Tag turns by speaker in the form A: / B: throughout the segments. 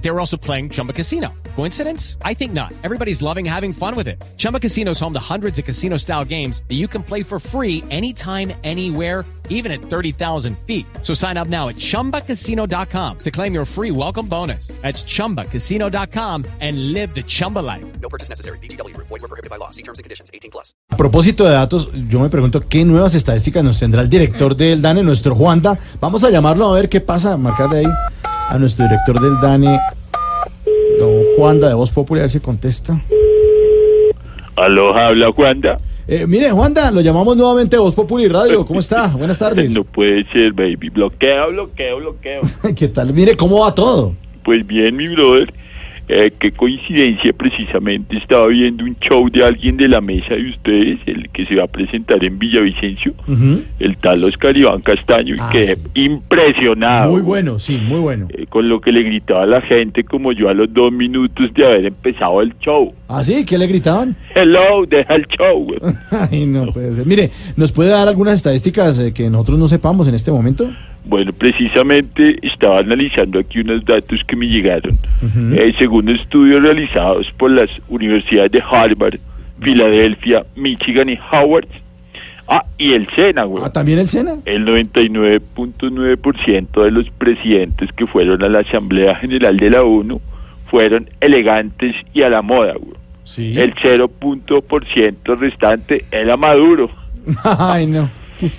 A: They were also playing Chumba Casino. Coincidence? I think not. Everybody's loving having fun with it. Chumba Casino is home to hundreds of casino style games that you can play for free anytime, anywhere even at 30,000 feet. So sign up now at ChumbaCasino.com to claim your free welcome bonus. That's ChumbaCasino.com and live the Chumba life.
B: No purchase necessary. BGW. Void were prohibited by law. See terms and conditions. 18 plus.
C: A propósito de datos, yo me pregunto qué nuevas estadísticas nos tendrá el director del DANE, nuestro Juanda. Vamos a llamarlo a ver qué pasa, marcarle ahí a nuestro director del DANE, don Juanda de Voz Popular, se contesta.
D: Aloha, habla Juanda.
C: Eh, mire, Juanda, lo llamamos nuevamente a Voz Popular Radio. ¿Cómo está? Buenas tardes.
D: No puede ser, baby. Bloqueo, bloqueo, bloqueo.
C: ¿Qué tal? Mire, ¿cómo va todo?
D: Pues bien, mi brother. eh, qué coincidencia, precisamente estaba viendo un show de alguien de la mesa de ustedes, el que se va a presentar en Villavicencio,
C: Ujú.
D: el tal Oscar Iván Castaño, y
C: Ah,
D: quedé
C: sí.
D: impresionado
C: Muy bueno, sí, muy bueno.
D: eh, con lo que le gritaba a la gente, como yo a los dos minutos de haber empezado el show.
C: ¿Ah, sí? ¿Qué le gritaban?
D: Hello, deja el show. güey.
C: Ay, no puede ser. Mire, ¿nos puede dar algunas estadísticas eh, que nosotros no sepamos en este momento?
D: Bueno, precisamente estaba analizando aquí unos datos que me llegaron. Eh, según estudios realizados por las universidades de Harvard, Filadelfia, Michigan y Howard, ah, y el SENA, güey.
C: Ah, ¿también el SENA?
D: El 99.9% de los presidentes que fueron a la Asamblea General de la ONU fueron elegantes y a la moda, güey.
C: Sí.
D: El 0.1% restante era Maduro.
C: Ay, no.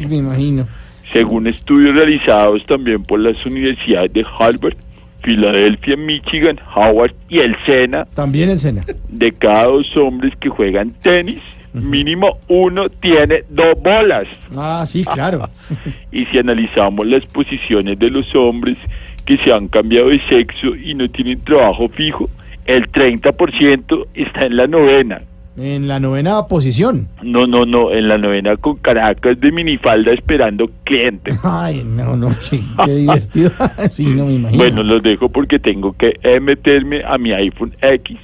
C: Me imagino.
D: Según estudios realizados también por las universidades de Harvard, Filadelfia, Michigan, Howard y el SENA,
C: También el SENA.
D: de cada dos hombres que juegan tenis, mínimo uno tiene dos bolas.
C: Ah, sí, claro.
D: Y si analizamos las posiciones de los hombres que se han cambiado de sexo y no tienen trabajo fijo, el 30% está en la novena.
C: En la novena posición.
D: No, no, no, en la novena con Caracas de minifalda esperando clientes.
C: Ay, no, no, sí, qué divertido. Sí, no me imagino.
D: Bueno, los dejo porque tengo que eh, meterme a mi iPhone X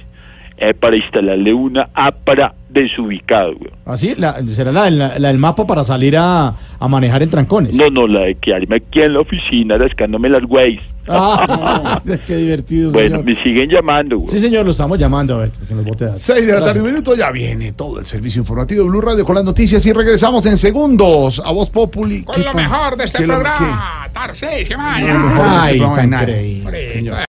D: eh, para instalarle una app para desubicado, güey.
C: Así, Ah, la- será la, la- la del mapa para salir a, a manejar en trancones.
D: No, no, la de quedarme aquí en la oficina rascándome las güeyes.
C: Ah, qué divertido,
D: Bueno,
C: señor.
D: me siguen llamando, güey.
C: Sí, señor, lo estamos llamando, a ver, que nos bote datos.
E: 6 de la tarde,
C: Gracias.
E: un minuto, ya viene todo el servicio informativo de Blue Radio con las noticias y regresamos en segundos a Voz Populi.
F: Con lo mejor de este programa, Tarcisio Maya.
C: Ay,
E: Ay,
C: tan creído.